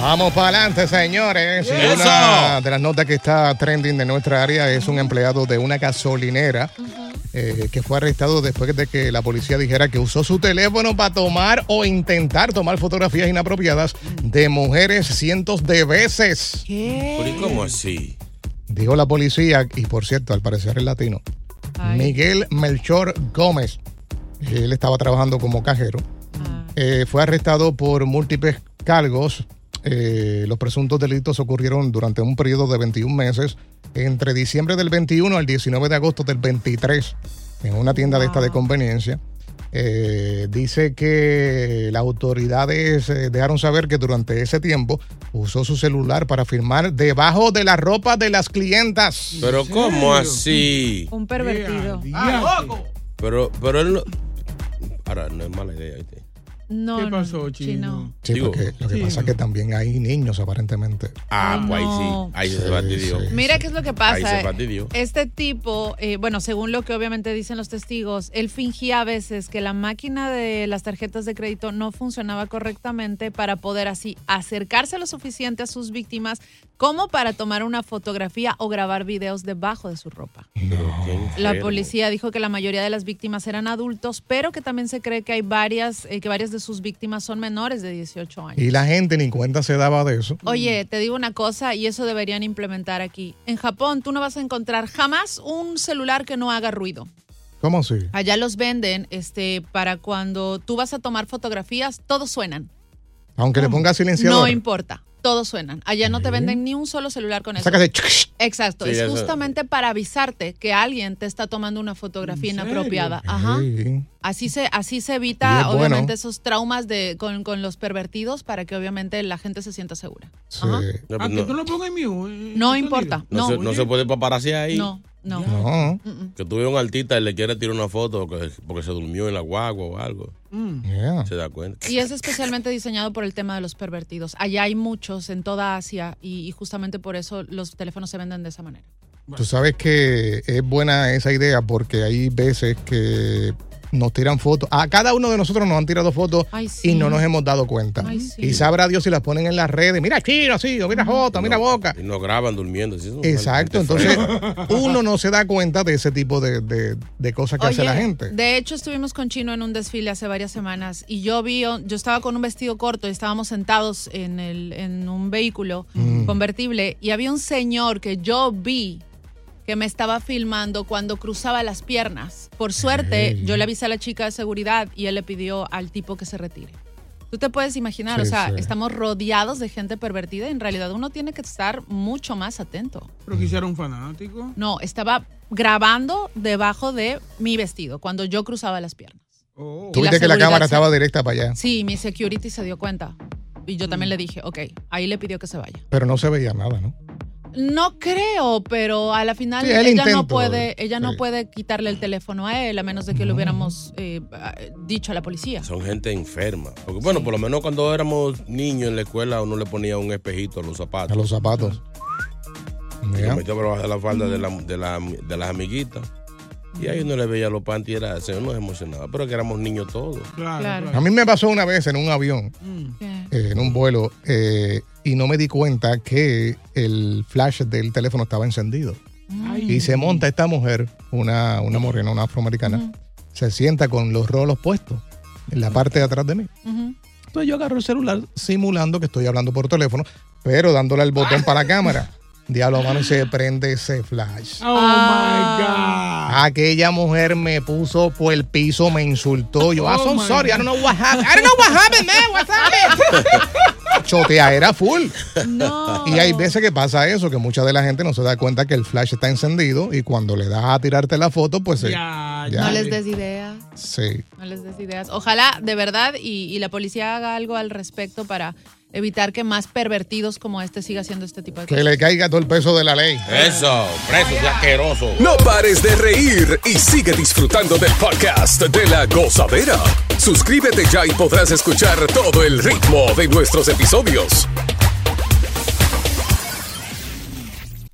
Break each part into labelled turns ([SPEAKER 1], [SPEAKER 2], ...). [SPEAKER 1] Vamos para adelante, señores. Y Una de las notas que está trending de nuestra área es un empleado de una gasolinera eh, que fue arrestado después de que la policía dijera que usó su teléfono para tomar o intentar tomar fotografías inapropiadas de mujeres cientos de veces.
[SPEAKER 2] ¿Y cómo así?
[SPEAKER 1] Dijo la policía, y por cierto, al parecer es latino, Miguel Melchor Gómez. Él estaba trabajando como cajero. Eh, fue arrestado por múltiples cargos. Eh, los presuntos delitos ocurrieron durante un periodo de 21 meses, entre diciembre del 21 al 19 de agosto del 23, en una tienda de esta de conveniencia. Eh, dice que las autoridades eh, dejaron saber que durante ese tiempo usó su celular para firmar debajo de la ropa de las clientas.
[SPEAKER 2] Pero ¿cómo así?
[SPEAKER 3] Un pervertido.
[SPEAKER 1] Ah,
[SPEAKER 2] Pero, pero él no... Ahora, no es mala idea. ¿viste?
[SPEAKER 3] No, ¿Qué pasó, chino?
[SPEAKER 1] Sí,
[SPEAKER 2] Digo,
[SPEAKER 1] porque lo que pasa es que también hay niños aparentemente.
[SPEAKER 2] Ah, pues ahí
[SPEAKER 3] No.
[SPEAKER 2] sí. Ahí
[SPEAKER 1] Sí,
[SPEAKER 2] se fastidió.
[SPEAKER 1] sí.
[SPEAKER 3] Mira qué es lo que
[SPEAKER 2] Pues Ahí se
[SPEAKER 3] pasa.
[SPEAKER 2] fastidió.
[SPEAKER 3] Este tipo, eh, bueno, según lo que obviamente dicen los testigos, él fingía a veces que la máquina de las tarjetas de crédito no funcionaba correctamente para poder así acercarse lo suficiente a sus víctimas como para tomar una fotografía o grabar videos debajo de su ropa.
[SPEAKER 2] Qué
[SPEAKER 3] La
[SPEAKER 2] enfermo.
[SPEAKER 3] policía dijo que la mayoría de las víctimas eran adultos, pero que también se cree que hay varias, eh, que varias de sus víctimas son menores de 18 años.
[SPEAKER 1] Y la gente ni cuenta se daba de eso.
[SPEAKER 3] Oye, te digo una cosa y eso deberían implementar aquí. En Japón tú no vas a encontrar jamás un celular que no haga ruido.
[SPEAKER 1] ¿Cómo así?
[SPEAKER 3] Allá los venden este para cuando tú vas a tomar fotografías, todos suenan.
[SPEAKER 1] Aunque le ponga silenciador.
[SPEAKER 3] No importa, todos suenan. Allá no te venden ni un solo celular con eso.
[SPEAKER 1] Sacas de chuc,
[SPEAKER 3] Exacto,
[SPEAKER 2] Sí,
[SPEAKER 3] es
[SPEAKER 2] eso-
[SPEAKER 3] justamente para avisarte que alguien te está tomando una fotografía inapropiada. Ajá.
[SPEAKER 1] Sí.
[SPEAKER 3] Así se, así se
[SPEAKER 1] Y es
[SPEAKER 3] evita,
[SPEAKER 1] bueno.
[SPEAKER 3] obviamente, esos traumas de, con, con los pervertidos para que obviamente la gente se sienta segura.
[SPEAKER 1] Sí.
[SPEAKER 2] No,
[SPEAKER 3] Ajá.
[SPEAKER 2] pues
[SPEAKER 4] Aunque
[SPEAKER 2] no-
[SPEAKER 4] tú lo pongas en mío.
[SPEAKER 3] No importa.
[SPEAKER 2] no
[SPEAKER 3] No,
[SPEAKER 2] se, no se puede paparazziar ahí.
[SPEAKER 3] no, no.
[SPEAKER 1] No.
[SPEAKER 2] Que tuve un artista y le quiere tirar una foto que- porque se durmió en la guagua o algo.
[SPEAKER 3] Mm.
[SPEAKER 1] Yeah.
[SPEAKER 2] Se da cuenta.
[SPEAKER 3] Y es especialmente diseñado por el tema de los pervertidos. Allá hay muchos en toda Asia y, y justamente por eso los teléfonos se venden de esa manera.
[SPEAKER 1] Tú sabes que es buena esa idea porque hay veces que nos tiran fotos. A cada uno de nosotros nos han tirado fotos
[SPEAKER 3] Ay, sí.
[SPEAKER 1] y no nos hemos dado cuenta.
[SPEAKER 3] Ay, sí. Mm.
[SPEAKER 1] Y sabrá Dios si las ponen en las redes. Mira Chino, sí, o mira Jota, mira
[SPEAKER 2] No,
[SPEAKER 1] Boca.
[SPEAKER 2] Y nos graban durmiendo. sí, eso es
[SPEAKER 1] Exacto,
[SPEAKER 2] gente
[SPEAKER 1] entonces
[SPEAKER 2] fea.
[SPEAKER 1] uno no se da cuenta de ese tipo de, de- de cosas que hace
[SPEAKER 3] Oye,
[SPEAKER 1] la gente.
[SPEAKER 3] De hecho, estuvimos con Chino en un desfile hace varias semanas y yo vi, yo estaba con un vestido corto y estábamos sentados en, el, en un vehículo
[SPEAKER 1] Mm.
[SPEAKER 3] convertible y había un señor que yo vi que me estaba filmando cuando cruzaba las piernas. Por suerte, yo le avisé a la chica de seguridad y él le pidió al tipo que se retire. Tú te puedes imaginar,
[SPEAKER 1] Sí,
[SPEAKER 3] o sea,
[SPEAKER 1] sí.
[SPEAKER 3] estamos rodeados de gente pervertida y en realidad uno tiene que estar mucho más atento.
[SPEAKER 4] Pero quisiera un fanático.
[SPEAKER 3] No, estaba grabando debajo de mi vestido cuando yo cruzaba las piernas.
[SPEAKER 4] Oh.
[SPEAKER 1] Tú
[SPEAKER 3] y la
[SPEAKER 1] viste que la
[SPEAKER 3] seguridad
[SPEAKER 1] cámara
[SPEAKER 3] sí.
[SPEAKER 1] estaba directa para allá,
[SPEAKER 3] Sí, mi security se dio cuenta. Y yo
[SPEAKER 4] Mm.
[SPEAKER 3] también le dije, ok, ahí le pidió que se vaya.
[SPEAKER 1] pero no se veía nada, ¿no?
[SPEAKER 3] No creo, pero a la final
[SPEAKER 1] Sí, el
[SPEAKER 3] ella
[SPEAKER 1] intento,
[SPEAKER 3] no puede, ella no
[SPEAKER 1] sí.
[SPEAKER 3] puede quitarle el teléfono a él a menos de que lo hubiéramos eh, ah, dicho a la policía.
[SPEAKER 2] Son gente enferma. Porque, bueno, por lo menos cuando éramos niños en la escuela, uno le ponía un espejito a los
[SPEAKER 1] A
[SPEAKER 2] zapatos.
[SPEAKER 1] los zapatos.
[SPEAKER 2] Y
[SPEAKER 1] Yeah. Mm.
[SPEAKER 2] lo metía por debajo de la falda de, la- de la- de las amiguitas. Y ahí uno le veía los panties y era, se nos emocionaba, pero que éramos niños todos.
[SPEAKER 3] Claro.
[SPEAKER 1] A mí me pasó una vez en un avión, eh, en un vuelo, eh, y no me di cuenta que el flash del teléfono estaba encendido. Y se monta esta mujer, una, una morena, una afroamericana, se sienta con los rolos puestos en la parte de atrás de mí. Entonces yo agarro el celular simulando que estoy hablando por teléfono, pero dándole el botón para la cámara. Diablo, mano, y se prende ese flash.
[SPEAKER 4] Oh my God.
[SPEAKER 1] Aquella mujer me puso por el piso, me insultó. Yo, ah,
[SPEAKER 4] Oh,
[SPEAKER 1] son
[SPEAKER 4] my
[SPEAKER 1] sorry, I don't know what happened.
[SPEAKER 4] I don't know what happened, man. What's happened?
[SPEAKER 1] Chotea era full.
[SPEAKER 3] No.
[SPEAKER 1] Y hay veces que pasa eso, que mucha de la gente no se da cuenta que el flash está encendido y cuando le das a tirarte la foto, pues eh,
[SPEAKER 4] Ya,
[SPEAKER 1] ya.
[SPEAKER 3] No les des ideas.
[SPEAKER 1] sí.
[SPEAKER 3] No les des ideas. Ojalá, de verdad, y, y la policía haga algo al respecto para evitar que más pervertidos como este siga haciendo este tipo de
[SPEAKER 1] Que
[SPEAKER 3] cosas.
[SPEAKER 1] le caiga todo el peso de la ley.
[SPEAKER 2] Eso, preso, qué asqueroso.
[SPEAKER 5] No pares de reír y sigue disfrutando del podcast de la gozadera. Suscríbete ya y podrás escuchar todo el ritmo de nuestros episodios.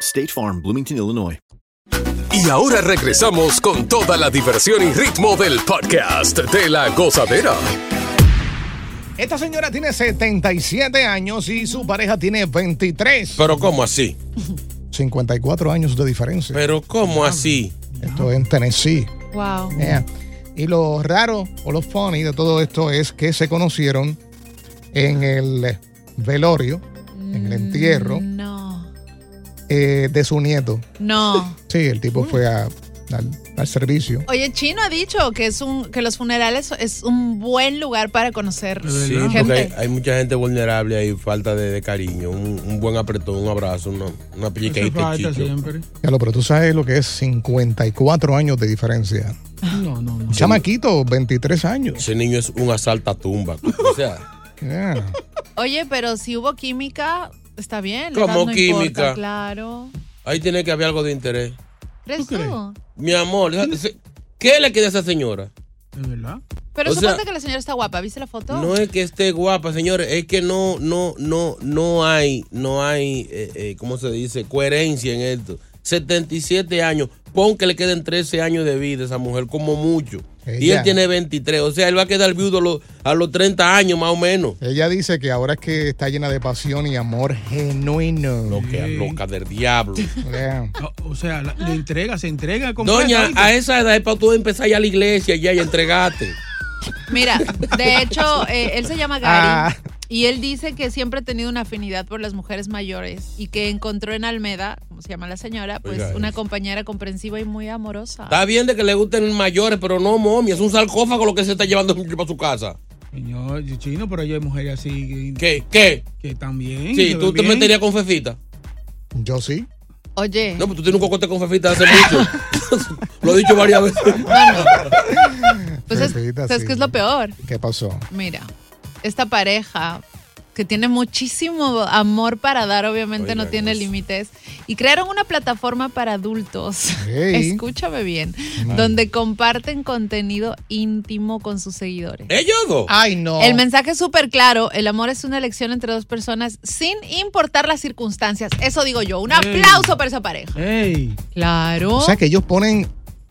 [SPEAKER 6] State Farm, Bloomington, Illinois.
[SPEAKER 5] Y ahora regresamos con toda la diversión y ritmo del podcast de la gozadera.
[SPEAKER 1] Esta señora tiene 77 años y su pareja tiene 23.
[SPEAKER 2] Pero ¿cómo así?
[SPEAKER 1] 54 años de diferencia.
[SPEAKER 2] Pero ¿cómo así?
[SPEAKER 1] Esto es en Tennessee.
[SPEAKER 3] Wow.
[SPEAKER 1] Yeah. Y lo raro o lo funny de todo esto es que se conocieron en el velorio, en el entierro
[SPEAKER 3] Mm. No.
[SPEAKER 1] eh, de su nieto.
[SPEAKER 3] No.
[SPEAKER 1] Sí, el tipo fue a- al, al servicio.
[SPEAKER 3] Oye, Chino ha dicho que es un que los funerales es un buen lugar para conocer
[SPEAKER 2] Sí, porque hay,
[SPEAKER 3] gente.
[SPEAKER 2] hay mucha gente vulnerable ahí, falta de, de cariño, un, un buen apretón, un abrazo, una, una pellizcadita,
[SPEAKER 4] falta
[SPEAKER 2] chico.
[SPEAKER 1] Ya lo, pero tú sabes lo que es 54 años de diferencia.
[SPEAKER 4] No, no, no.
[SPEAKER 1] Chamaquito, 23 años.
[SPEAKER 2] Ese niño es un asalta tumba. O sea,
[SPEAKER 1] Yeah.
[SPEAKER 3] Oye, pero si hubo química, está bien.
[SPEAKER 2] ¿Cómo
[SPEAKER 3] edad no importa,
[SPEAKER 2] química?
[SPEAKER 3] claro.
[SPEAKER 2] ahí tiene que haber algo de interés.
[SPEAKER 3] ¿Crees tú?
[SPEAKER 2] Mi amor, esa- ese- ¿qué le queda a esa señora?
[SPEAKER 4] ¿Es verdad?
[SPEAKER 3] Pero
[SPEAKER 2] O sea-
[SPEAKER 3] suponte que la señora está guapa. ¿Viste la foto?
[SPEAKER 2] No es que esté guapa, señores, es que no, no, no, no hay, no hay, eh, eh, ¿cómo se dice? Coherencia en esto. 77 años, pon que le queden 13 años de vida a esa mujer, como mucho. Y
[SPEAKER 1] Ella.
[SPEAKER 2] él tiene 23, o sea, él va a quedar viudo a los, a los 30 años más o menos.
[SPEAKER 1] Ella dice que ahora es que está llena de pasión y amor genuino.
[SPEAKER 2] Lo que loca del diablo.
[SPEAKER 1] Yeah.
[SPEAKER 4] O, o sea, la- le entrega, se entrega. completa,
[SPEAKER 2] Doña,
[SPEAKER 4] ¿viste?
[SPEAKER 2] a esa edad es para tú empezar ya a la iglesia, ya, y entregate.
[SPEAKER 3] Mira, de hecho, eh, él se llama Gary. Y él dice que siempre ha tenido una afinidad por las mujeres mayores y que encontró en Almeda, como se llama la señora, pues
[SPEAKER 2] Oiga
[SPEAKER 3] una
[SPEAKER 2] eso.
[SPEAKER 3] compañera comprensiva y muy amorosa.
[SPEAKER 2] Está bien de que le gusten mayores, pero no, mami, es un sarcófago lo que se está llevando para su casa.
[SPEAKER 4] Señor, yo chino, pero ahí hay mujeres así que,
[SPEAKER 2] ¿Qué? ¿Qué?
[SPEAKER 4] que también.
[SPEAKER 2] Sí, tú te meterías con Fefita.
[SPEAKER 1] Yo sí.
[SPEAKER 3] Oye,
[SPEAKER 2] No, pues tú tienes un cocote con Fefita hace mucho. lo he dicho varias veces.
[SPEAKER 3] pues es,
[SPEAKER 1] Fefita,
[SPEAKER 3] ¿sabes
[SPEAKER 1] sí.
[SPEAKER 3] qué es lo peor?
[SPEAKER 1] ¿Qué pasó?
[SPEAKER 3] Mira, esta pareja que tiene muchísimo amor para dar, obviamente no tiene límites, y crearon una plataforma para adultos,
[SPEAKER 1] Ey.
[SPEAKER 3] escúchame bien, donde comparten contenido íntimo con sus seguidores.
[SPEAKER 2] ¿Ellos dos?
[SPEAKER 4] Ah,
[SPEAKER 1] Ay, no.
[SPEAKER 3] El mensaje es súper claro, el amor es una elección entre dos personas sin importar las circunstancias. Eso digo yo, un aplauso para esa pareja.
[SPEAKER 4] ¡Ey!
[SPEAKER 3] Claro.
[SPEAKER 1] O sea que ellos ponen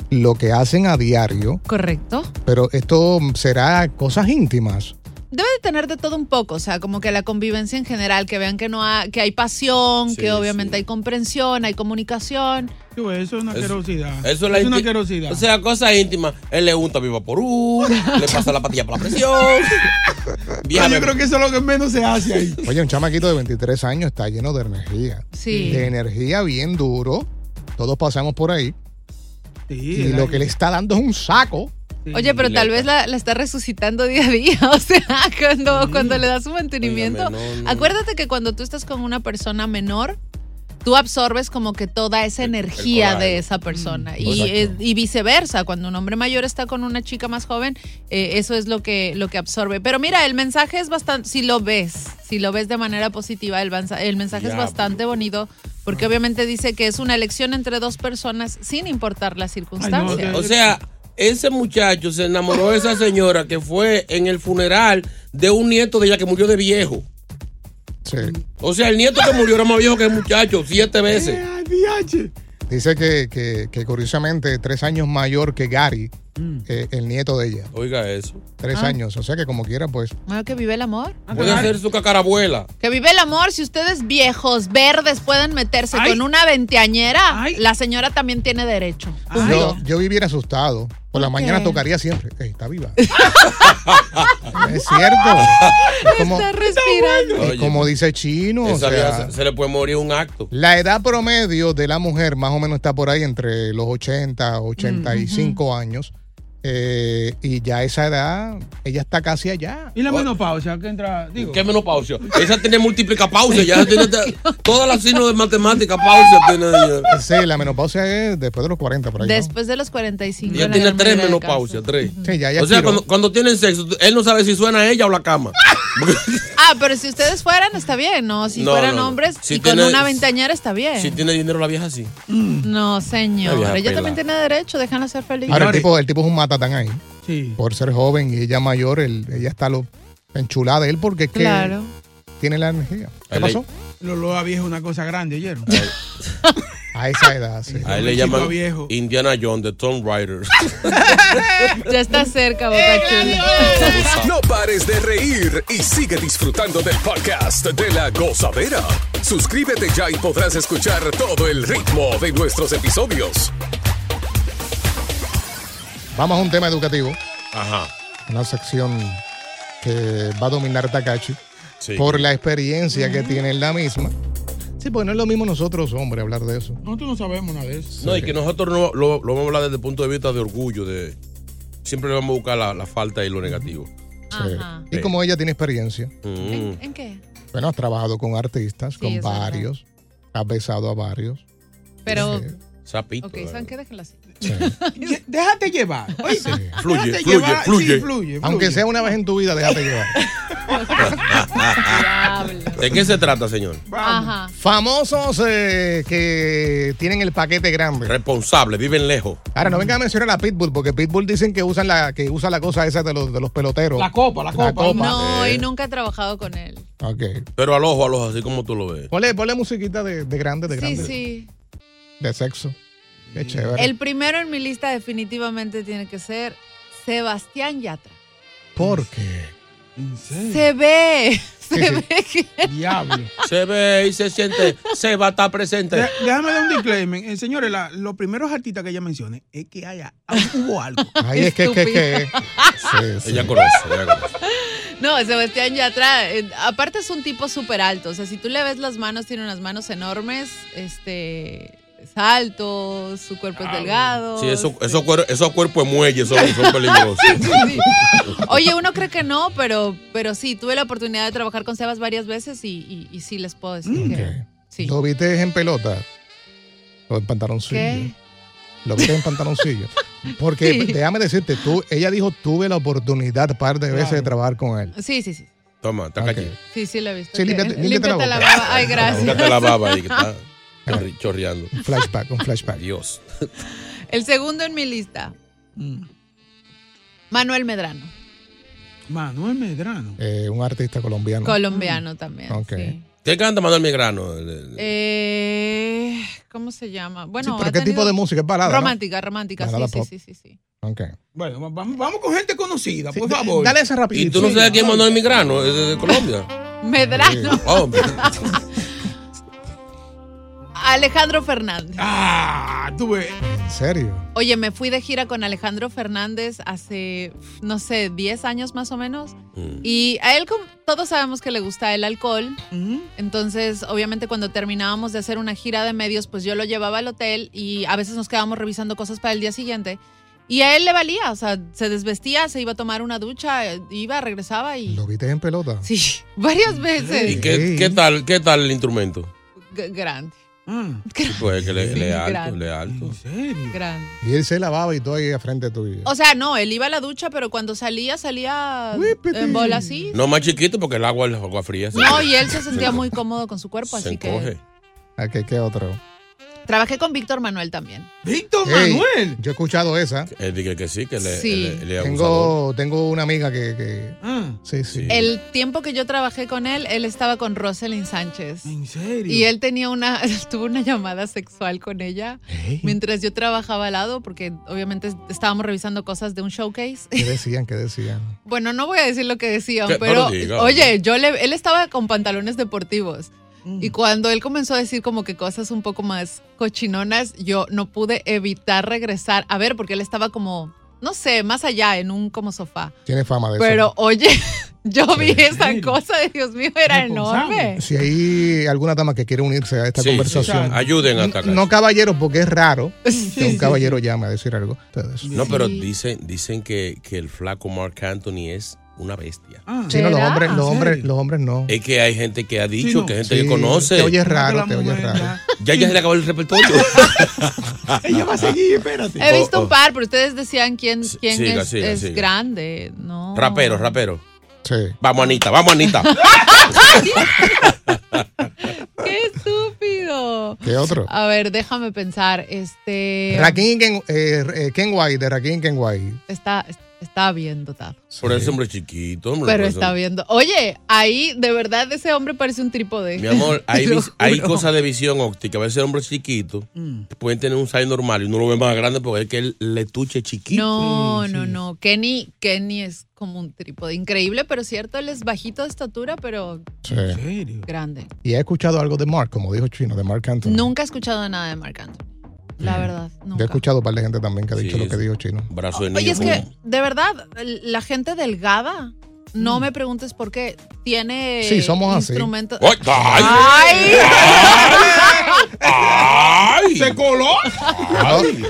[SPEAKER 1] lo que hacen a diario,
[SPEAKER 3] Correcto.
[SPEAKER 1] pero esto será cosas íntimas.
[SPEAKER 3] debe de tener de todo un poco, o sea, como que la convivencia en general, que vean que no ha- que hay pasión,
[SPEAKER 2] Sí,
[SPEAKER 3] que obviamente hay comprensión, hay comunicación.
[SPEAKER 4] Eso es una querosidad.
[SPEAKER 2] Eso es, la
[SPEAKER 4] una
[SPEAKER 2] inti-
[SPEAKER 4] querosidad.
[SPEAKER 2] O sea, cosas íntimas. Él le unta viva porú, le pasa la patilla para la presión. Vieja
[SPEAKER 1] yo
[SPEAKER 2] bebé.
[SPEAKER 1] creo
[SPEAKER 4] que eso es lo que menos se hace ahí.
[SPEAKER 1] Oye, un chamaquito de 23 años está lleno de energía.
[SPEAKER 3] Sí.
[SPEAKER 1] De energía bien duro. Todos pasamos por ahí. y lo que le está dando es un saco.
[SPEAKER 3] Oye, pero tal vez la, la está resucitando día a día, o sea, cuando, cuando le das su mantenimiento.
[SPEAKER 1] Óigame, no, no.
[SPEAKER 3] Acuérdate que cuando tú estás con una persona menor, tú absorbes como que toda esa energía
[SPEAKER 7] coraje.
[SPEAKER 3] de esa persona.
[SPEAKER 7] Mm,
[SPEAKER 3] y,
[SPEAKER 7] exacto.
[SPEAKER 3] eh, y viceversa, cuando un hombre mayor está con una chica más joven, eh, eso es lo que, lo que absorbe. Pero mira, el mensaje es bastante, si lo ves, si lo ves de manera positiva, el, vansa- el mensaje es
[SPEAKER 7] Diablo.
[SPEAKER 3] bastante bonito. Porque obviamente dice que es una elección entre dos personas sin importar las circunstancias.
[SPEAKER 2] O sea, ese muchacho se enamoró de esa señora que fue en el funeral de un nieto de ella que murió de viejo.
[SPEAKER 1] Sí.
[SPEAKER 2] O sea, el nieto que murió era más viejo que el muchacho, siete veces.
[SPEAKER 1] Dice que, que- que curiosamente tres años mayor que Gary, eh, el nieto de ella.
[SPEAKER 2] Oiga eso.
[SPEAKER 1] Tres
[SPEAKER 3] Ah.
[SPEAKER 1] años. O sea que como quiera, pues.
[SPEAKER 3] Bueno, Ah, que vive el amor.
[SPEAKER 2] Ah, Puede ser su cacarabuela.
[SPEAKER 3] Que vive el amor. Si ustedes viejos, verdes, pueden meterse con una veinteañera, la señora también tiene derecho.
[SPEAKER 1] Yo, yo viviera asustado. Por la
[SPEAKER 3] ¿Por
[SPEAKER 1] mañana
[SPEAKER 3] qué?
[SPEAKER 1] tocaría siempre. "Ey, está viva. es cierto. Es como,
[SPEAKER 3] Está respirando.
[SPEAKER 1] es como dice Chino. o
[SPEAKER 2] Esa
[SPEAKER 1] sea,
[SPEAKER 2] vieja se, se le puede morir un acto.
[SPEAKER 1] La edad promedio de la mujer más o menos está por ahí entre los 80, 85 años. Eh, y ya esa edad, ella está casi allá.
[SPEAKER 4] Y la menopausia que entra, digo.
[SPEAKER 2] ¿Qué menopausia? Esa tiene múltiples pausas. Ya tiene t- todas las signos de matemática pausa. Tiene, ella.
[SPEAKER 1] Sí, la menopausia es después de los 40 por ahí. ¿no?
[SPEAKER 3] Después de los 45.
[SPEAKER 2] Ella
[SPEAKER 3] la
[SPEAKER 2] tiene
[SPEAKER 3] gran
[SPEAKER 2] tres
[SPEAKER 3] mayoría de casos.
[SPEAKER 2] menopausias, tres.
[SPEAKER 1] Sí, ya, ya
[SPEAKER 2] o sea,
[SPEAKER 1] expiró.
[SPEAKER 2] cuando, cuando tienen sexo, él no sabe si suena ella o la cama.
[SPEAKER 3] Ah, pero si ustedes fueran, está bien, ¿no? Si
[SPEAKER 2] No,
[SPEAKER 3] fueran
[SPEAKER 2] no, no.
[SPEAKER 3] hombres
[SPEAKER 2] Si
[SPEAKER 3] y con
[SPEAKER 2] tiene-
[SPEAKER 3] una veinteañera está bien.
[SPEAKER 2] Si tiene dinero la vieja, sí.
[SPEAKER 3] No, señor.
[SPEAKER 1] La vieja
[SPEAKER 3] Ella
[SPEAKER 1] pelada.
[SPEAKER 3] también tiene derecho, déjanla ser feliz.
[SPEAKER 1] Ahora el tipo, el tipo es un matatán ahí. Por ser joven y ella mayor, él- ella está lo enchulada de él porque es que
[SPEAKER 4] Claro.
[SPEAKER 1] tiene la energía. ¿Qué pasó?
[SPEAKER 4] Lo olor a viejo es una cosa grande, ¿oyeron?
[SPEAKER 1] A esa edad, sí.
[SPEAKER 2] A él le
[SPEAKER 4] Chico
[SPEAKER 2] llaman
[SPEAKER 4] viejo.
[SPEAKER 2] Indiana Jones, The Tomb Raider.
[SPEAKER 3] ya está cerca, Boca Chula.
[SPEAKER 5] No pares de reír y sigue disfrutando del podcast de la gozadera. Suscríbete ya y podrás escuchar todo el ritmo de nuestros episodios.
[SPEAKER 1] Vamos a un tema educativo.
[SPEAKER 2] Ajá.
[SPEAKER 1] Una sección que va a dominar Takachi
[SPEAKER 2] Sí.
[SPEAKER 1] por la experiencia que tiene en la misma. Sí, pues no es lo mismo nosotros, hombre, hablar de eso.
[SPEAKER 4] Nosotros no sabemos nada de eso.
[SPEAKER 2] No, y que nosotros no, lo, lo vamos a hablar desde el punto de vista de orgullo, de siempre le vamos a buscar la, la falta y lo negativo.
[SPEAKER 3] Ajá.
[SPEAKER 1] Y como ella tiene experiencia,
[SPEAKER 2] Mm.
[SPEAKER 3] ¿En qué?
[SPEAKER 1] bueno, has trabajado con artistas, con
[SPEAKER 3] es verdad.
[SPEAKER 1] varios, has besado a varios.
[SPEAKER 3] Pero,
[SPEAKER 2] Sapito.
[SPEAKER 3] ok, ¿saben qué? Déjenla así.
[SPEAKER 4] Déjate llevar. Oye,
[SPEAKER 2] Fluye,
[SPEAKER 4] déjate
[SPEAKER 2] fluye,
[SPEAKER 4] llevar.
[SPEAKER 2] fluye.
[SPEAKER 4] Sí, fluye.
[SPEAKER 1] Aunque sea una vez en tu vida, déjate llevar.
[SPEAKER 2] ¿De qué se trata, señor?
[SPEAKER 3] Ajá.
[SPEAKER 1] Famosos eh, que tienen el paquete grande.
[SPEAKER 2] Responsable, viven lejos.
[SPEAKER 1] Ahora, no venga a mencionar a Pitbull, porque Pitbull dicen que usan la, que usa la cosa esa de los, de los peloteros.
[SPEAKER 4] La copa, la copa.
[SPEAKER 3] No,
[SPEAKER 2] Eh.
[SPEAKER 3] y nunca he trabajado con él.
[SPEAKER 1] Ok.
[SPEAKER 2] Pero al ojo, al ojo, así como tú lo ves.
[SPEAKER 1] Ponle, ponle musiquita de, de grande, de
[SPEAKER 3] Sí,
[SPEAKER 1] grande.
[SPEAKER 3] sí.
[SPEAKER 1] De sexo. Qué chévere.
[SPEAKER 3] El primero en mi lista definitivamente tiene que ser Sebastián Yatra.
[SPEAKER 1] ¿Por qué?
[SPEAKER 3] Se ve.
[SPEAKER 1] Sí, sí.
[SPEAKER 4] Diablo.
[SPEAKER 2] Se ve y se siente, se va a estar presente.
[SPEAKER 4] De- déjame dar un disclaimer. Eh, señores, la- los primeros artistas que ella mencione es que haya, hubo algo.
[SPEAKER 1] Ahí es que, es que, es que.
[SPEAKER 2] Ella conoce, ella conoce.
[SPEAKER 3] No, Sebastián Yatra, eh, aparte es un tipo súper alto. O sea, si tú le ves las manos, tiene unas manos enormes, este, es alto, su cuerpo
[SPEAKER 1] Ah,
[SPEAKER 3] es delgado.
[SPEAKER 2] Sí, esos eso, cuer- esos cuerpos de muelle son, son peligrosos.
[SPEAKER 3] Sí. Oye, uno cree que no, pero, pero sí, tuve la oportunidad de trabajar con Sebas varias veces y, y- y sí les puedo decir
[SPEAKER 1] Mm,
[SPEAKER 3] que...
[SPEAKER 1] ¿Lo viste en pelota? ¿O en pantaloncillo?
[SPEAKER 3] ¿Qué?
[SPEAKER 1] ¿Lo viste en pantaloncillo? Porque
[SPEAKER 3] Sí.
[SPEAKER 1] déjame decirte, tú, ella dijo, tuve la oportunidad par de veces de trabajar con él.
[SPEAKER 3] Sí, sí, sí.
[SPEAKER 2] Toma, está callado.
[SPEAKER 3] Sí, sí, lo he visto.
[SPEAKER 1] Sí, límpiate-
[SPEAKER 3] Que-
[SPEAKER 1] límpiate la boca.
[SPEAKER 3] baba. Ay, gracias.
[SPEAKER 2] Búscate la baba ahí que está chorri- chorreando.
[SPEAKER 1] Un flashback, un flashback.
[SPEAKER 2] Dios.
[SPEAKER 3] El segundo en mi lista,
[SPEAKER 1] Mm.
[SPEAKER 3] Manuel Medrano,
[SPEAKER 4] Manuel Medrano.
[SPEAKER 1] Eh, un artista colombiano.
[SPEAKER 3] colombiano también.
[SPEAKER 1] Ok.
[SPEAKER 3] sí.
[SPEAKER 2] ¿Qué canta Manuel Migrano? El- el-
[SPEAKER 3] Eh, ¿Cómo se llama? Bueno,
[SPEAKER 1] Sí, pero
[SPEAKER 3] ha
[SPEAKER 1] ¿qué tipo
[SPEAKER 3] tenido-
[SPEAKER 1] de música? Es balada, ¿no?
[SPEAKER 3] Romántica, romántica, sí,
[SPEAKER 1] Balada
[SPEAKER 3] sí,
[SPEAKER 1] pop.
[SPEAKER 3] sí, sí, sí.
[SPEAKER 1] Ok.
[SPEAKER 4] Bueno, va- vamos, vamos con gente conocida, por
[SPEAKER 1] da-
[SPEAKER 4] favor.
[SPEAKER 1] dale esa rapidito.
[SPEAKER 2] ¿Y tú no sabes quién es Manuel Migrano? Es de, de Colombia.
[SPEAKER 3] Medrano.
[SPEAKER 2] Oh,
[SPEAKER 3] Alejandro Fernández.
[SPEAKER 4] Ah, tú ves.
[SPEAKER 1] ¿En serio?
[SPEAKER 3] Oye, me fui de gira con Alejandro Fernández hace, no sé, 10 años más o menos. Y a él, como todos sabemos que le gusta el alcohol. Entonces, obviamente, cuando terminábamos de hacer una gira de medios, pues yo lo llevaba al hotel y a veces nos quedábamos revisando cosas para el día siguiente. Y a él le valía, o sea, se desvestía, se iba a tomar una ducha, eh, iba, regresaba y
[SPEAKER 1] ¿Lo viste en pelota?
[SPEAKER 3] Sí. varias veces.
[SPEAKER 2] ¿Y qué, qué tal, qué tal el instrumento?
[SPEAKER 3] G- grande,
[SPEAKER 2] Sí, Pues que le, le
[SPEAKER 3] Sí,
[SPEAKER 2] alto,
[SPEAKER 3] gran.
[SPEAKER 2] le alto.
[SPEAKER 3] grande.
[SPEAKER 1] Y él se lavaba y todo ahí a frente tuyo.
[SPEAKER 3] O sea, no, él iba a la ducha, pero cuando salía, salía en bola así.
[SPEAKER 2] No más chiquito porque el agua es agua fría. sí.
[SPEAKER 3] No, y él se sentía muy cómodo con su cuerpo,
[SPEAKER 2] Se
[SPEAKER 3] así
[SPEAKER 2] encoge.
[SPEAKER 3] que
[SPEAKER 1] Ok, Ah, ¿qué otro?
[SPEAKER 3] trabajé con Víctor Manuel también.
[SPEAKER 4] ¡Víctor
[SPEAKER 1] Ey, Yo he escuchado esa.
[SPEAKER 2] Él dice que sí, que le,
[SPEAKER 3] Sí.
[SPEAKER 2] le, le abusador.
[SPEAKER 1] Tengo, tengo una amiga que. que-
[SPEAKER 3] Mm.
[SPEAKER 1] Sí, sí.
[SPEAKER 3] El tiempo que yo trabajé con él, él estaba con Rosalind Sánchez.
[SPEAKER 4] ¿En serio?
[SPEAKER 3] Y él tenía una, tuvo una llamada sexual con ella mientras yo trabajaba al lado, porque obviamente estábamos revisando cosas de un showcase.
[SPEAKER 1] ¿Qué decían? ¿Qué decían?
[SPEAKER 3] Bueno, no voy a decir lo que decían,
[SPEAKER 1] Que-
[SPEAKER 3] pero
[SPEAKER 1] no lo diga.
[SPEAKER 3] oye, yo le, él estaba con pantalones deportivos.
[SPEAKER 1] Mm.
[SPEAKER 3] Y cuando él comenzó a decir como que cosas un poco más cochinonas, yo no pude evitar regresar a ver porque él estaba como, no sé, más allá, en un como sofá.
[SPEAKER 1] Tiene fama de
[SPEAKER 3] Pero
[SPEAKER 1] eso.
[SPEAKER 3] oye, yo vi esa cosa de Dios mío, era enorme.
[SPEAKER 1] Si hay alguna dama que quiere unirse a esta
[SPEAKER 2] Sí,
[SPEAKER 1] conversación.
[SPEAKER 2] sí, ayuden a atacar.
[SPEAKER 1] No caballeros, porque es raro que un caballero llame a decir algo. Ustedes.
[SPEAKER 2] No, pero dicen, dicen que, que el flaco Mark Anthony es una bestia.
[SPEAKER 3] Ah.
[SPEAKER 1] Sí, no, los
[SPEAKER 2] ¿Será?
[SPEAKER 1] hombres, los
[SPEAKER 2] ¿En
[SPEAKER 1] hombres, los hombres no.
[SPEAKER 2] Es que hay gente que ha dicho, que hay gente
[SPEAKER 1] Sí,
[SPEAKER 2] que conoce.
[SPEAKER 1] Te oyes raro, te oyes raro.
[SPEAKER 2] Ya, ya se le acabó el repertorio. Ella va a seguir, espérate.
[SPEAKER 3] He visto un par, pero ustedes decían quién, quién
[SPEAKER 2] Oh, siga,
[SPEAKER 3] es,
[SPEAKER 2] siga,
[SPEAKER 3] es
[SPEAKER 2] siga.
[SPEAKER 3] grande, ¿no?
[SPEAKER 2] Rapero, rapero.
[SPEAKER 1] Sí.
[SPEAKER 2] Vamos, Anita, vamos, Anita.
[SPEAKER 3] ¡Qué estúpido!
[SPEAKER 1] ¿Qué otro?
[SPEAKER 3] A ver, déjame pensar. Este.
[SPEAKER 1] Rakim Ken- eh, eh, Kenway, de Rakim Kenway.
[SPEAKER 3] Está, está bien dotado.
[SPEAKER 2] Por ese hombre chiquito. hombre,
[SPEAKER 3] Pero
[SPEAKER 2] por
[SPEAKER 3] está
[SPEAKER 2] eso.
[SPEAKER 3] viendo. Oye, ahí de verdad ese hombre parece un trípode.
[SPEAKER 2] Mi amor, hay,
[SPEAKER 3] Lo
[SPEAKER 2] vis- hay
[SPEAKER 3] juro. Mm.
[SPEAKER 2] cosas de visión óptica. A veces hombres chiquitos pueden tener un size normal y uno lo ve más grande porque es que el el estuche es chiquito.
[SPEAKER 3] No, no, no. Kenny, Kenny es como un trípode. Increíble, pero cierto, él es bajito de estatura, pero
[SPEAKER 1] Sí.
[SPEAKER 3] grande.
[SPEAKER 1] Y he escuchado algo de Mark, como dijo Chino, de Mark Anthony.
[SPEAKER 3] Nunca he escuchado nada de Marc Anthony. La verdad,
[SPEAKER 1] Yo he
[SPEAKER 3] nunca.
[SPEAKER 1] escuchado un par de gente también que ha dicho
[SPEAKER 2] Sí,
[SPEAKER 1] lo que
[SPEAKER 2] sí.
[SPEAKER 1] dijo Chino.
[SPEAKER 2] Brazo de niño.
[SPEAKER 3] Oye, es
[SPEAKER 2] como-
[SPEAKER 3] que, de verdad, la gente delgada, no me preguntes por qué, tiene
[SPEAKER 1] Mm. Sí, somos así.
[SPEAKER 3] instrumentos.
[SPEAKER 2] ¡Ay!
[SPEAKER 3] ¡Ay!
[SPEAKER 4] ¡Se coló!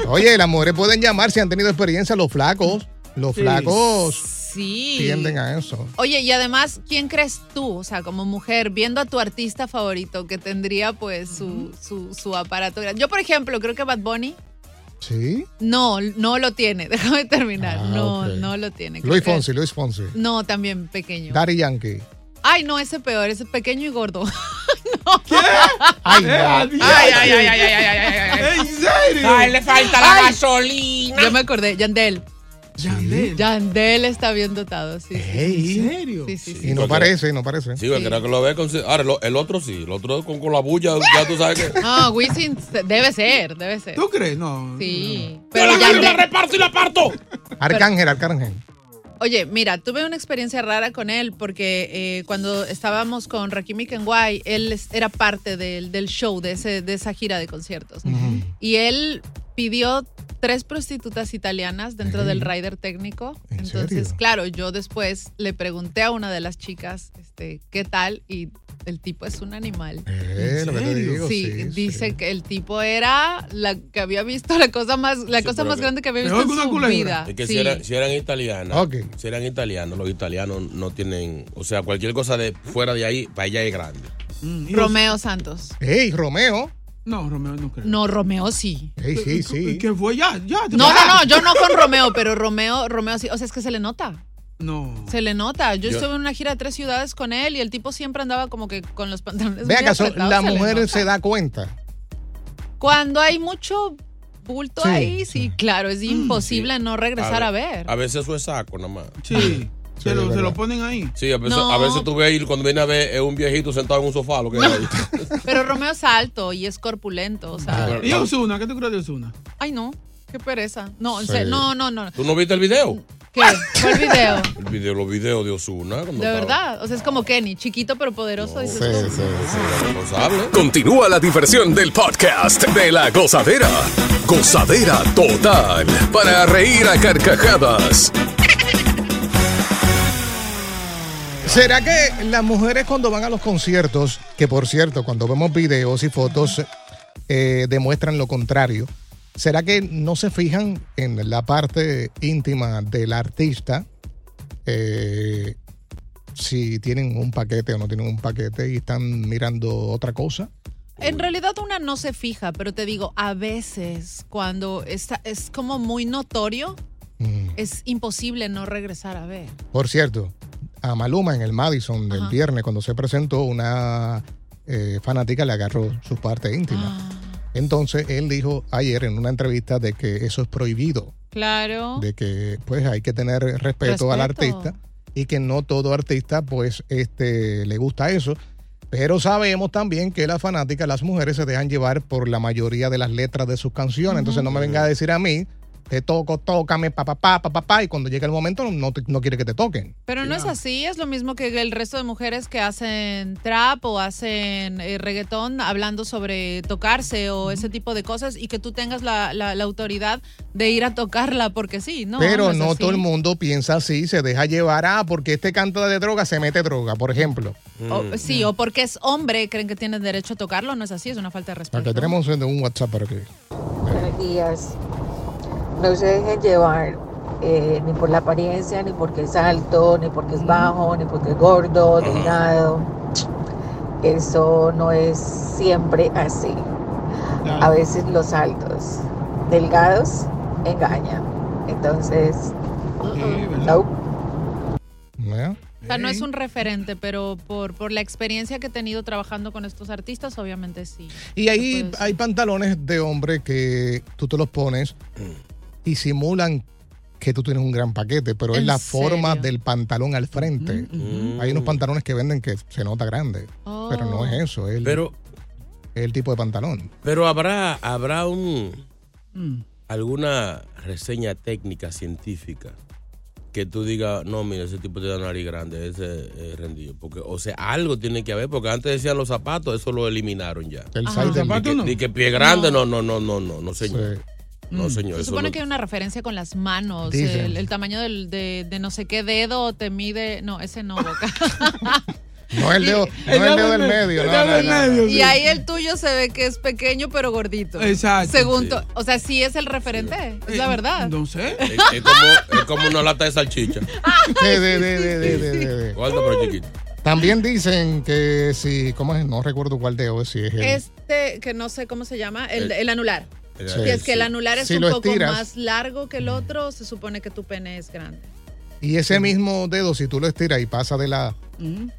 [SPEAKER 1] Oye, las mujeres pueden llamar si han tenido experiencia, los flacos. Los
[SPEAKER 3] Sí.
[SPEAKER 1] flacos
[SPEAKER 3] Sí.
[SPEAKER 1] tienden a eso.
[SPEAKER 3] Oye, y además, ¿quién crees tú, o sea, como mujer, viendo a tu artista favorito que tendría pues su, su, su aparato? grande? Yo, por ejemplo, creo que Bad Bunny
[SPEAKER 1] ¿Sí?
[SPEAKER 3] no, no lo tiene. Déjame terminar.
[SPEAKER 1] Ah,
[SPEAKER 3] no,
[SPEAKER 1] ok.
[SPEAKER 3] no lo tiene. Creo
[SPEAKER 1] Luis
[SPEAKER 3] que-
[SPEAKER 1] Fonsi, Luis Fonsi.
[SPEAKER 3] No, también pequeño.
[SPEAKER 1] Daddy Yankee.
[SPEAKER 3] Ay, no, ese peor, ese pequeño y gordo.
[SPEAKER 4] Ah, ¿eh?
[SPEAKER 1] Ay,
[SPEAKER 3] ay, ay, ay, ay, ay, ay,
[SPEAKER 4] ¿En serio?
[SPEAKER 3] Ay,
[SPEAKER 2] le
[SPEAKER 3] falta la
[SPEAKER 2] gasolina.
[SPEAKER 3] Yo me acordé, Yandel. Yandel. Yandel está bien dotado, sí. sí, sí.
[SPEAKER 1] ¿En
[SPEAKER 4] serio?
[SPEAKER 3] Sí, sí, sí.
[SPEAKER 1] Y no parece, no parece.
[SPEAKER 2] Sí, creo que lo ve con. Ahora, lo- el otro sí, el otro con, con la bulla, ya tú sabes que.
[SPEAKER 3] No, Wisin se- debe ser, debe ser.
[SPEAKER 4] ¿Tú crees? No.
[SPEAKER 3] Sí.
[SPEAKER 2] Yo
[SPEAKER 3] Pero
[SPEAKER 2] la agarro y la
[SPEAKER 3] Yandel.
[SPEAKER 2] reparto y la parto!
[SPEAKER 1] Arcángel, Arcángel.
[SPEAKER 3] Oye, mira, tuve una experiencia rara con él porque eh, cuando estábamos con Rakimi Kenway, él es- era parte del, del show, de, ese, de esa gira de conciertos. Y él pidió tres prostitutas italianas dentro del rider técnico. Entonces,
[SPEAKER 1] serio?
[SPEAKER 3] claro, yo después le pregunté a una de las chicas este, qué tal y el tipo es un animal.
[SPEAKER 1] Eh, lo que te digo,
[SPEAKER 3] sí,
[SPEAKER 1] sí,
[SPEAKER 3] dice que el tipo era la que había visto la cosa más la
[SPEAKER 2] Sí,
[SPEAKER 3] cosa
[SPEAKER 2] pero
[SPEAKER 3] más
[SPEAKER 2] que-
[SPEAKER 3] grande que había visto
[SPEAKER 4] peor
[SPEAKER 3] en
[SPEAKER 4] que una
[SPEAKER 3] su
[SPEAKER 4] culebra.
[SPEAKER 3] vida.
[SPEAKER 2] Es que
[SPEAKER 3] Sí.
[SPEAKER 2] si, eran, si eran italianas,
[SPEAKER 1] Ok.
[SPEAKER 2] si eran italianos, los italianos no tienen, o sea, cualquier cosa de fuera de ahí, para ella es grande.
[SPEAKER 3] Romeo Santos.
[SPEAKER 1] ¡Ey, Romeo!
[SPEAKER 4] No, Romeo no creo.
[SPEAKER 3] No, Romeo sí.
[SPEAKER 1] ¡Ey, sí, sí!
[SPEAKER 4] ¿Qué fue? Ya, Ah, ya.
[SPEAKER 3] No, no, no, yo no con Romeo, pero Romeo, Romeo sí. O sea, es que se le nota.
[SPEAKER 4] No.
[SPEAKER 3] Se le nota. Yo,
[SPEAKER 1] Yo-
[SPEAKER 3] estuve en una gira de tres ciudades con él y el tipo siempre andaba como que con los pantalones.
[SPEAKER 1] Ve
[SPEAKER 3] muy
[SPEAKER 1] acaso,
[SPEAKER 3] apretados,
[SPEAKER 1] la
[SPEAKER 3] se le
[SPEAKER 1] mujer
[SPEAKER 3] nota.
[SPEAKER 1] se da cuenta.
[SPEAKER 3] Cuando hay mucho bulto
[SPEAKER 1] Sí,
[SPEAKER 3] ahí, sí, claro, es imposible no regresar a, ver.
[SPEAKER 2] A veces eso es saco, nada más.
[SPEAKER 4] Sí. se, lo, se lo ponen ahí.
[SPEAKER 2] Sí, a veces,
[SPEAKER 3] No.
[SPEAKER 2] a veces tú ves ahí, cuando viene a ver, es un viejito sentado en un sofá, lo que es ahí.
[SPEAKER 3] Pero Romeo es alto y es corpulento, o sea.
[SPEAKER 4] ¿Y Osuna? ¿Qué tú crees de Osuna?
[SPEAKER 3] Ay, no, qué pereza. No, en
[SPEAKER 2] Sí.
[SPEAKER 3] serio, no, no, no.
[SPEAKER 2] ¿Tú no viste el video?
[SPEAKER 3] ¿Qué? ¿Cuál video?
[SPEAKER 2] El video, los videos de Osuna.
[SPEAKER 3] De verdad, o sea, es como Kenny, chiquito pero poderoso. dices tú.
[SPEAKER 5] Continúa la diversión del podcast de la gozadera. Gozadera total. Para reír a carcajadas.
[SPEAKER 1] ¿Será que las mujeres cuando van a los conciertos, que por cierto, cuando vemos videos y fotos eh, demuestran lo contrario, ¿será que no se fijan en la parte íntima del artista? Eh, si tienen un paquete o no tienen un paquete y están mirando otra cosa.
[SPEAKER 3] En realidad una no se fija, pero te digo, a veces cuando está, es como muy notorio, es imposible no regresar a ver.
[SPEAKER 1] Mm. Por cierto, a Maluma en el Madison del
[SPEAKER 3] Ajá.
[SPEAKER 1] viernes, cuando se presentó, una eh, fanática le agarró su parte íntima.
[SPEAKER 3] Ah,
[SPEAKER 1] Entonces él dijo ayer en una entrevista de que eso es prohibido,
[SPEAKER 3] Claro.
[SPEAKER 1] de que pues hay que tener respeto, al
[SPEAKER 3] Respeto.
[SPEAKER 1] artista y que no todo artista pues este le gusta eso. Pero sabemos también que las fanáticas, las mujeres se dejan llevar por la mayoría de las letras de sus canciones. Entonces no me venga a decir a mí, te toco, tócame, papá, papá, papá, y cuando llega el momento no, te- no quiere que te toquen.
[SPEAKER 3] Pero no es así, es lo mismo que el resto de mujeres que hacen trap o hacen eh, reggaetón hablando sobre tocarse o ese tipo de cosas y que tú tengas la, la- la autoridad de ir a tocarla porque sí, ¿no?
[SPEAKER 1] Pero
[SPEAKER 3] es
[SPEAKER 1] no
[SPEAKER 3] así.
[SPEAKER 1] todo el mundo piensa así, se deja llevar, ah, porque este canta de droga, se mete droga, por ejemplo.
[SPEAKER 3] O-
[SPEAKER 1] Mm.
[SPEAKER 3] sí, o porque es hombre creen que tienen derecho a tocarlo, no es así, es una falta de respeto.
[SPEAKER 1] Acá tenemos un WhatsApp para que...
[SPEAKER 7] Buenos días. No se dejen llevar eh, ni por la apariencia, ni porque es alto, ni porque es bajo, ni porque es gordo, delgado. Eso no es siempre así. A veces los altos, delgados, engañan. Entonces, no.
[SPEAKER 3] O sea, no es un referente, pero por, por la experiencia que he tenido trabajando con estos artistas, obviamente sí.
[SPEAKER 1] Y ahí hay pantalones de hombre que tú te los pones y simulan que tú tienes un gran paquete, pero es
[SPEAKER 3] ¿En
[SPEAKER 1] la
[SPEAKER 3] serio?
[SPEAKER 1] forma del pantalón al frente.
[SPEAKER 2] Mm.
[SPEAKER 1] Hay unos pantalones que venden que se nota grande, pero
[SPEAKER 3] Oh.
[SPEAKER 1] no es eso, es el,
[SPEAKER 2] Pero-
[SPEAKER 1] es el tipo de pantalón.
[SPEAKER 2] Pero habrá, habrá un
[SPEAKER 1] Mm.
[SPEAKER 2] alguna reseña técnica científica que tú digas, no, mira, ese tipo tiene la nariz grande, ese es rendido. Porque, o sea, algo tiene que haber, porque antes decían los zapatos, eso lo eliminaron ya.
[SPEAKER 1] El
[SPEAKER 3] Ajá. side del-
[SPEAKER 2] zapato no. Ni que pie grande, no, no, no, no, no, no, señor.
[SPEAKER 1] eh,
[SPEAKER 2] No,
[SPEAKER 1] Mm.
[SPEAKER 2] señor.
[SPEAKER 3] Se
[SPEAKER 2] eso
[SPEAKER 3] supone
[SPEAKER 2] no-
[SPEAKER 3] que hay una referencia con las manos,
[SPEAKER 2] Dicen.
[SPEAKER 3] el, el tamaño del- de, de no sé qué dedo te mide, no, ese no, boca.
[SPEAKER 1] No es el dedo, no es el dedo del medio. no, no, no, no.
[SPEAKER 3] y ahí el tuyo se ve que es pequeño pero gordito.
[SPEAKER 4] Exacto.
[SPEAKER 3] Según
[SPEAKER 2] Sí.
[SPEAKER 3] to- o sea, sí es el referente, es la verdad.
[SPEAKER 4] No sé.
[SPEAKER 2] Es, es como, es como una lata de salchicha.
[SPEAKER 1] De- de- de- de- de- de- de- de.
[SPEAKER 2] Guarda, pero chiquito.
[SPEAKER 1] También dicen que si, ¿cómo es? No recuerdo cuál dedo es, si es el-
[SPEAKER 3] Este, que no sé cómo se llama, el,
[SPEAKER 1] El-
[SPEAKER 3] el anular.
[SPEAKER 1] Eh, Sí.
[SPEAKER 3] Si es que el anular es
[SPEAKER 1] Si
[SPEAKER 3] un
[SPEAKER 1] lo
[SPEAKER 3] poco
[SPEAKER 1] estiras.
[SPEAKER 3] más largo que el otro, se supone que tu pene es grande.
[SPEAKER 1] Y ese mismo dedo, si tú lo estiras y pasa de la,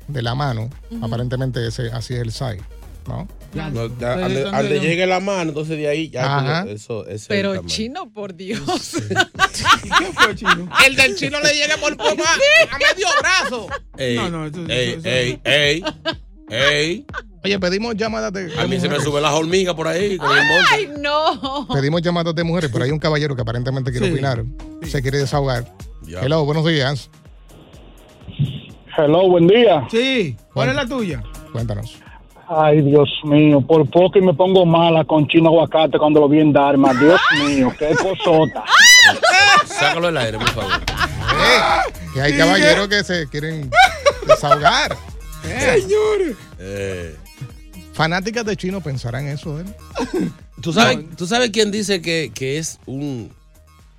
[SPEAKER 1] de la mano,
[SPEAKER 3] Ujú.
[SPEAKER 1] aparentemente ese, así es el side, ¿no?
[SPEAKER 2] No, ya, Donde donde llegue la mano, entonces de ahí ya.
[SPEAKER 1] Ajá.
[SPEAKER 2] Eso, ese es el
[SPEAKER 3] Pero
[SPEAKER 2] tamaño.
[SPEAKER 3] chino, por Dios.
[SPEAKER 2] El del chino le llega por poco a, a medio brazo. Ey,
[SPEAKER 1] No, no, eso-
[SPEAKER 2] ey,
[SPEAKER 1] eso- eso-
[SPEAKER 2] ey, ey, ey.
[SPEAKER 1] Oye, pedimos llamadas de.
[SPEAKER 2] A mí se me suben las hormigas por ahí. Con el monte.
[SPEAKER 3] ¡Ay, no!
[SPEAKER 1] Pedimos llamadas de mujeres, pero hay un caballero que aparentemente quiere opinar, se quiere desahogar. Hello, buenos días.
[SPEAKER 8] Hello, buen día.
[SPEAKER 4] Sí, ¿cuál es la tuya?
[SPEAKER 1] Cuéntanos.
[SPEAKER 8] Ay, Dios mío, por poco y me pongo mala con chino aguacate cuando lo vi en Dharma. Dios mío, qué cosota.
[SPEAKER 2] Sácalo del aire, por favor.
[SPEAKER 1] Que hay
[SPEAKER 2] Sí,
[SPEAKER 4] eh.
[SPEAKER 1] caballeros que se quieren desahogar. Eh.
[SPEAKER 2] Señores.
[SPEAKER 1] Fanáticas de chino pensarán eso ¿eh? de él.
[SPEAKER 2] ¿Tú sabes, ¿Tú sabes quién dice que, que es un,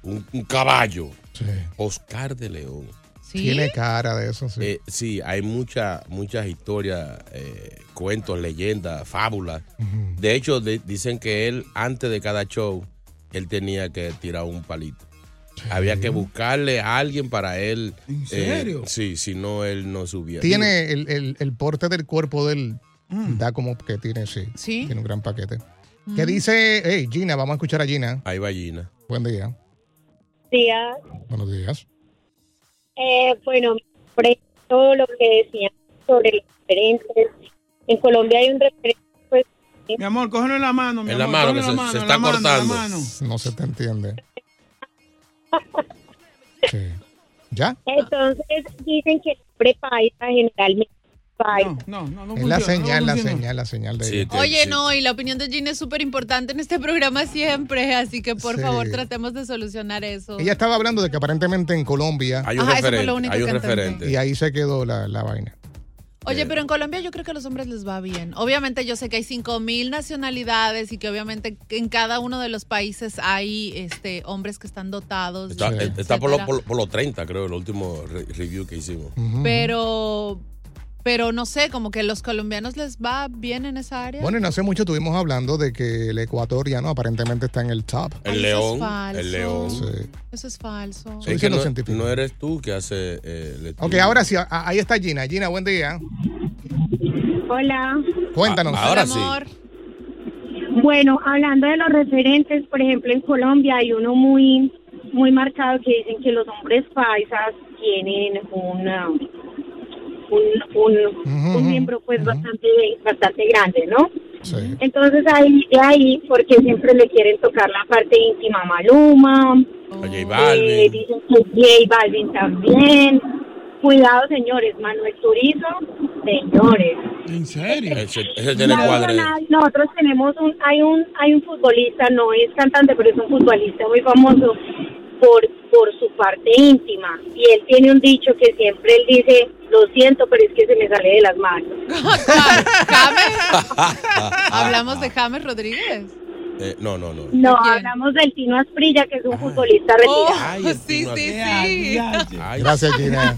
[SPEAKER 2] un, un caballo? Oscar de León.
[SPEAKER 1] Tiene cara de eso, sí.
[SPEAKER 2] Eh, sí, hay mucha- muchas historias, eh, cuentos, leyendas, fábulas. De hecho, de- dicen que él, antes de cada show, él tenía que tirar un palito. Había que buscarle a alguien para él. ¿En
[SPEAKER 1] serio?
[SPEAKER 2] sí, si no, él no subía.
[SPEAKER 1] Tiene el, el- el porte del cuerpo del
[SPEAKER 4] Mm.
[SPEAKER 1] da como que tiene, sí. Tiene un gran paquete. Que dice, hey, Gina, vamos a escuchar a Gina.
[SPEAKER 2] Ahí va Gina.
[SPEAKER 1] Buen día.
[SPEAKER 9] días.
[SPEAKER 1] Buenos días.
[SPEAKER 9] Eh, bueno, sobre todo lo que decían sobre los referentes. En Colombia hay un referente, pues,
[SPEAKER 4] Mi amor, cógelo en la mano. Mi
[SPEAKER 2] En la
[SPEAKER 4] amor,
[SPEAKER 2] mano,
[SPEAKER 4] cógelo
[SPEAKER 2] que
[SPEAKER 4] en
[SPEAKER 2] se-
[SPEAKER 4] la
[SPEAKER 2] se
[SPEAKER 4] en
[SPEAKER 2] está
[SPEAKER 4] la mano, en la
[SPEAKER 2] cortando.
[SPEAKER 4] mano.
[SPEAKER 1] No se te entiende. Sí. ¿Ya?
[SPEAKER 9] entonces dicen que el hombre paisa generalmente baila.
[SPEAKER 4] No, no,
[SPEAKER 1] Es la señal, la señal, la señal de ella.
[SPEAKER 3] Oye, no, y la opinión de Gina es súper importante en este programa siempre, así que por
[SPEAKER 1] Sí.
[SPEAKER 3] favor tratemos de solucionar eso.
[SPEAKER 1] Ella estaba hablando de que aparentemente en Colombia
[SPEAKER 3] Hay un Ajá, eso fue referente, lo único hay un que entendí. referente.
[SPEAKER 1] Y ahí se quedó la, la vaina. eh,
[SPEAKER 3] Oye, pero en Colombia yo creo que a los hombres les va bien. Obviamente yo sé que hay 5.000 nacionalidades y que obviamente en cada uno de los países hay este, hombres que están dotados.
[SPEAKER 2] Está,
[SPEAKER 3] de-
[SPEAKER 2] está por, los,
[SPEAKER 3] etcétera.
[SPEAKER 2] por, los- por los 30, creo, el último re- review que hicimos.
[SPEAKER 3] Pero, pero no sé, como que los colombianos les va bien en esa área.
[SPEAKER 1] Bueno, y no hace mucho estuvimos hablando de que el ecuatoriano aparentemente está en el top.
[SPEAKER 2] El
[SPEAKER 3] es
[SPEAKER 2] león.
[SPEAKER 3] falso.
[SPEAKER 2] el león.
[SPEAKER 3] Eso es falso.
[SPEAKER 2] Es que no, no eres tú que hace eh, el
[SPEAKER 1] Ok,
[SPEAKER 2] estudio.
[SPEAKER 1] ahora sí, a- ahí está Gina. Gina, buen día.
[SPEAKER 9] Hola.
[SPEAKER 1] Cuéntanos.
[SPEAKER 2] Ah, ahora sí.
[SPEAKER 9] Bueno, hablando de los referentes, por ejemplo, en Colombia hay uno muy muy marcado que dicen que los hombres paisas tienen una, un, un, un miembro pues bastante bastante grande, ¿no? Entonces ahí de ahí porque siempre le quieren tocar la parte íntima a Maluma,
[SPEAKER 2] A J
[SPEAKER 9] eh,
[SPEAKER 2] Balvin.
[SPEAKER 9] dicen que J Balvin también. Cuidado, señores, Manuel Turizo, señores.
[SPEAKER 4] ¿En serio?
[SPEAKER 2] Ese, ese tiene
[SPEAKER 9] Nadie,
[SPEAKER 2] cuadre.
[SPEAKER 9] nadie. Nosotros tenemos un, hay un, hay un futbolista, no es cantante, pero es un futbolista muy famoso por, por su parte íntima. Y él tiene un dicho que siempre él dice, lo siento, pero es que se me sale de las manos.
[SPEAKER 3] Hablamos de James Rodríguez.
[SPEAKER 2] Eh, no, no, no.
[SPEAKER 9] No, hablamos del Tino Asprilla, que es un futbolista retirado.
[SPEAKER 3] Oh, sí, sí, sí.
[SPEAKER 1] Gracias, Gina.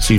[SPEAKER 10] Si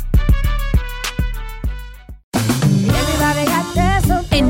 [SPEAKER 11] En